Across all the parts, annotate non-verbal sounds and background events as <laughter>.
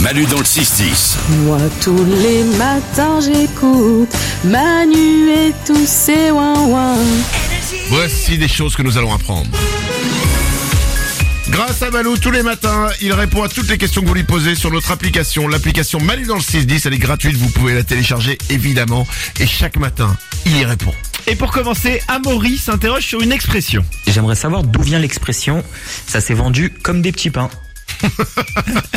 Manu dans le 6-10. Moi tous les matins j'écoute Manu et tous ses ouin Voici des choses que nous allons apprendre. Grâce à Malou, tous les matins, il répond à toutes les questions que vous lui posez sur notre application. L'application Manu dans le 610, elle est gratuite, vous pouvez la télécharger évidemment. Et chaque matin, il y répond. Et pour commencer, Amaury s'interroge sur une expression. J'aimerais savoir d'où vient l'expression ça s'est vendu comme des petits pains.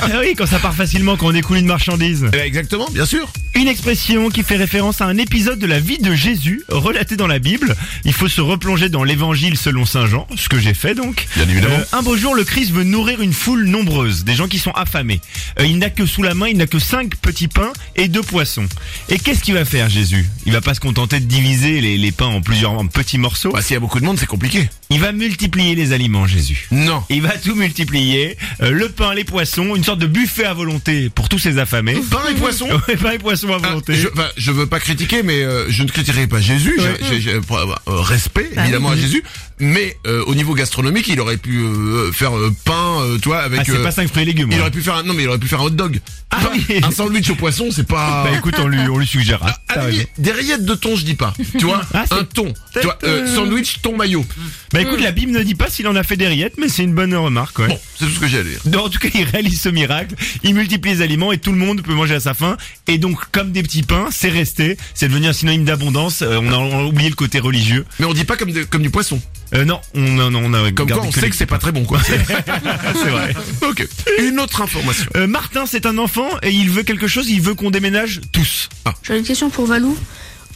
Ah oui, quand ça part facilement, quand on écoule une marchandise. Eh ben, exactement, bien sûr. Une expression qui fait référence à un épisode de la vie de Jésus relaté dans la Bible. Il faut se replonger dans l'évangile selon Saint Jean, ce que j'ai fait donc. Euh, Bien évidemment. un beau jour, le Christ veut nourrir une foule nombreuse, des gens qui sont affamés. Euh, il n'a que sous la main, il n'a que cinq petits pains et deux poissons. Et qu'est-ce qu'il va faire Jésus Il va pas se contenter de diviser les, les pains en plusieurs en petits morceaux. Bah, s'il y a beaucoup de monde, c'est compliqué. Il va multiplier les aliments, Jésus. Non. Il va tout multiplier, euh, le pain, les poissons, une sorte de buffet à volonté pour tous ces affamés. Pain et poisson <laughs> Ouais, pain et poissons <laughs> à Ah, volonté. je, enfin, je veux pas critiquer, mais euh, je ne critiquerai pas Jésus. J'ai- j'ai- j'ai- euh, respect, évidemment, à Jésus. Mais euh, au niveau gastronomique, il aurait pu euh, faire euh, pain, euh, toi, avec... Ah, c'est euh, pas 5 fruits et légumes. il ouais. aurait pu faire un, non mais il aurait pu faire un hot dog. Ah Pas- oui. Un sandwich au poisson, c'est pas. Bah écoute, on lui, on lui hein. suggérera. Ah, T'as raison. oui, des rillettes de thon, je dis pas. Tu vois, Ah, c'est un thon. Tu vois, euh, sandwich, thon maillot. Bah écoute, la Bible ne dit pas s'il en a fait des rillettes, mais c'est une bonne remarque, ouais. Hmm. Bon, c'est tout ce que j'ai à dire. Donc, en tout cas, il réalise ce miracle, il multiplie les aliments et tout le monde peut manger à sa faim. Et donc, comme des petits pains, c'est resté, c'est devenu un synonyme d'abondance. Euh, on, a, on a oublié le côté religieux. Mais on dit pas comme, de- comme du poisson. Euh, non, on, a- on a Comme gardé quoi, on sait les- que c'est pas très bon, <laughs> quoi. c'est vrai. <laughs> ok. Une autre information. Euh, Martin, c'est un enfant et il veut quelque chose, il veut qu'on déménage tous. J'aurais une question pour Valou.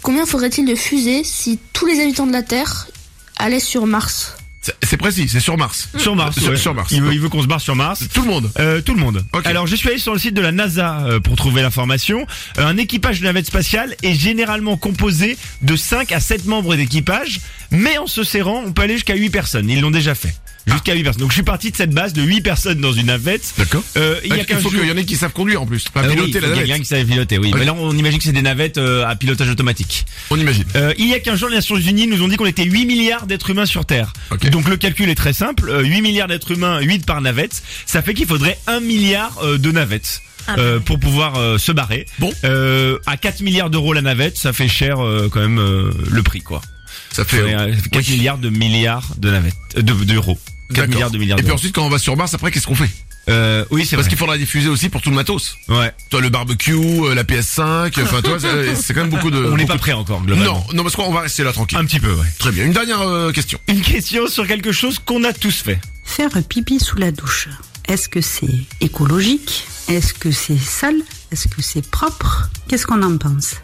Combien faudrait-il de fusées si tous les habitants de la Terre allaient sur Mars C'est- C'est précis, c'est sur Mars. Sur Mars. Sur- ouais. sur Mars. Il veut, il veut qu'on se barre sur Mars. Tout le monde. Euh, tout le monde. Ok. Alors je suis allé sur le site de la NASA euh, pour trouver l'information. Euh, un équipage de navette spatiale est généralement composé de 5 à 7 membres d'équipage, mais en se serrant, on peut aller jusqu'à 8 personnes. Ils l'ont déjà fait. Jusqu'à 8 personnes. Donc je suis parti de cette base de 8 personnes dans une navette. D'accord. Euh, il y a il qu'un faut jour- qu'il y en ait qui savent conduire en plus. Pas Euh, oui, piloter il la faut qu'il y ait navette. quelqu'un qui savait piloter, oui. Ok. Mais là, on imagine que c'est des navettes euh, à pilotage automatique. On imagine. Euh, il y a 15 jours, les Nations Unies nous ont dit qu'on était 8 milliards d'êtres humains sur Terre. Ok. Donc le calcul est très simple. euh, 8 milliards d'êtres humains, 8 par navette, ça fait qu'il faudrait 1 milliard euh, de navettes. euh, pour pouvoir euh, se barrer. Bon. Euh, à 4 milliards d'euros la navette, ça fait cher euh, quand même euh, le prix quoi. Ça fait. Ouais, euh, 4 oui. milliards de milliards de navettes euh, de- d'euros. 4 D'accord. milliards de milliards Et puis d'euros. ensuite, quand on va sur Mars, après, qu'est-ce qu'on fait Euh, oui, c'est Parce vrai. qu'il faudra diffuser aussi pour tout le matos. Ouais. Toi, le barbecue, euh, la PS5, enfin, toi, c'est euh, c'est quand même beaucoup de. On n'est beaucoup pas de- prêt encore globalement. Ah, Non, non, parce qu'on va rester là tranquille. Un petit peu, ouais. Très bien. Une dernière euh, question. Une question sur quelque chose qu'on a tous fait. Faire pipi sous la douche, est-ce que c'est écologique Est-ce que c'est sale Est-ce que c'est propre Qu'est-ce qu'on en pense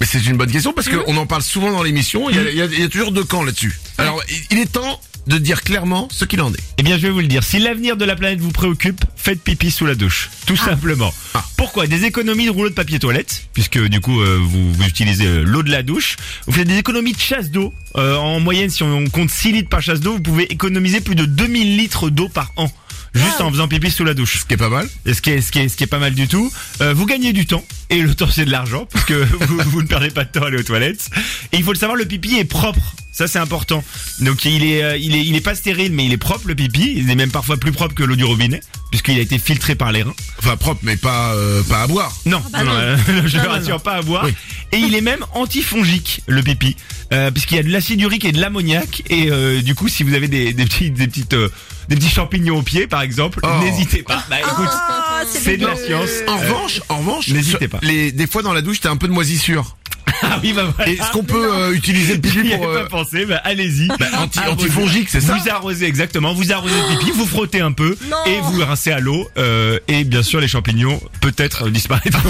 Mais c'est une bonne question parce qu'on en parle souvent dans l'émission. Il y a- il y, a- il y a toujours deux camps là-dessus. Alors, il- il est temps de dire clairement ce qu'il en est. Eh bien, je vais vous le dire. Si l'avenir de la planète vous préoccupe, faites pipi sous la douche. Tout Ah. simplement. Pourquoi Des économies de rouleaux de papier toilette, puisque du coup, euh, vous, vous utilisez euh, l'eau de la douche. Vous faites des économies de chasse d'eau. Euh, en moyenne, si on compte 6 litres par chasse d'eau, vous pouvez économiser plus de 2000 litres d'eau par an. Juste en faisant pipi sous la douche. Ce qui est pas mal. Et ce qui est, ce qui est, ce qui est pas mal du tout. Euh, vous gagnez du temps. Et le temps, c'est de l'argent. Parce que <laughs> vous, vous ne perdez pas de temps à aller aux toilettes. Et il faut le savoir, le pipi est propre. Ça, c'est important. Donc, il est, euh, il est, il est pas stérile, mais il est propre, le pipi. Il est même parfois plus propre que l'eau du robinet. Puisqu'il a été filtré par les reins. Enfin, propre, mais pas, euh, pas à boire. Non, non, euh, <laughs> je le rassure pas à boire. Oui. Et il est même antifongique, le pipi. Euh, puisqu'il y a de l'acide urique et de l'ammoniac. Et euh, du coup, si vous avez des, des petites, des petites, euh, des petits champignons au pied, par exemple, Oh. n'hésitez pas. Bah, écoute, c'est de la science. En Euh, revanche, en revanche, n'hésitez sur- pas. Les, des fois dans la douche, t'as un peu de moisissure. Ah oui, bah voilà. Et Est-ce qu'on peut euh, utiliser <laughs> le J'y pipi avais pour pas euh, pensé, bah allez-y. anti- Arrosez. antifongique, c'est ça Vous arrosez exactement, vous arrosez le pipi, vous frottez un peu et vous rincez à l'eau euh, et bien sûr les champignons peut-être <laughs> euh, disparaîtront.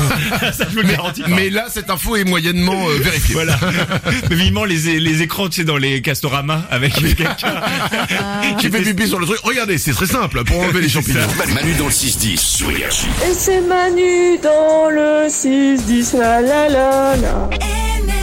ça je vous le garantis. pas. Mais là, cette info est moyennement euh, vérifiée. voilà. <laughs> Mais vivement les les écrans tu sais dans les castoramas Ah, avec les caca. Qui fait pipi sur le truc. Regardez, c'est très simple pour enlever les champignons. Manu dans le 6-10 sur Énergie. Et c'est Manu dans le 6-10 la la la la énergie.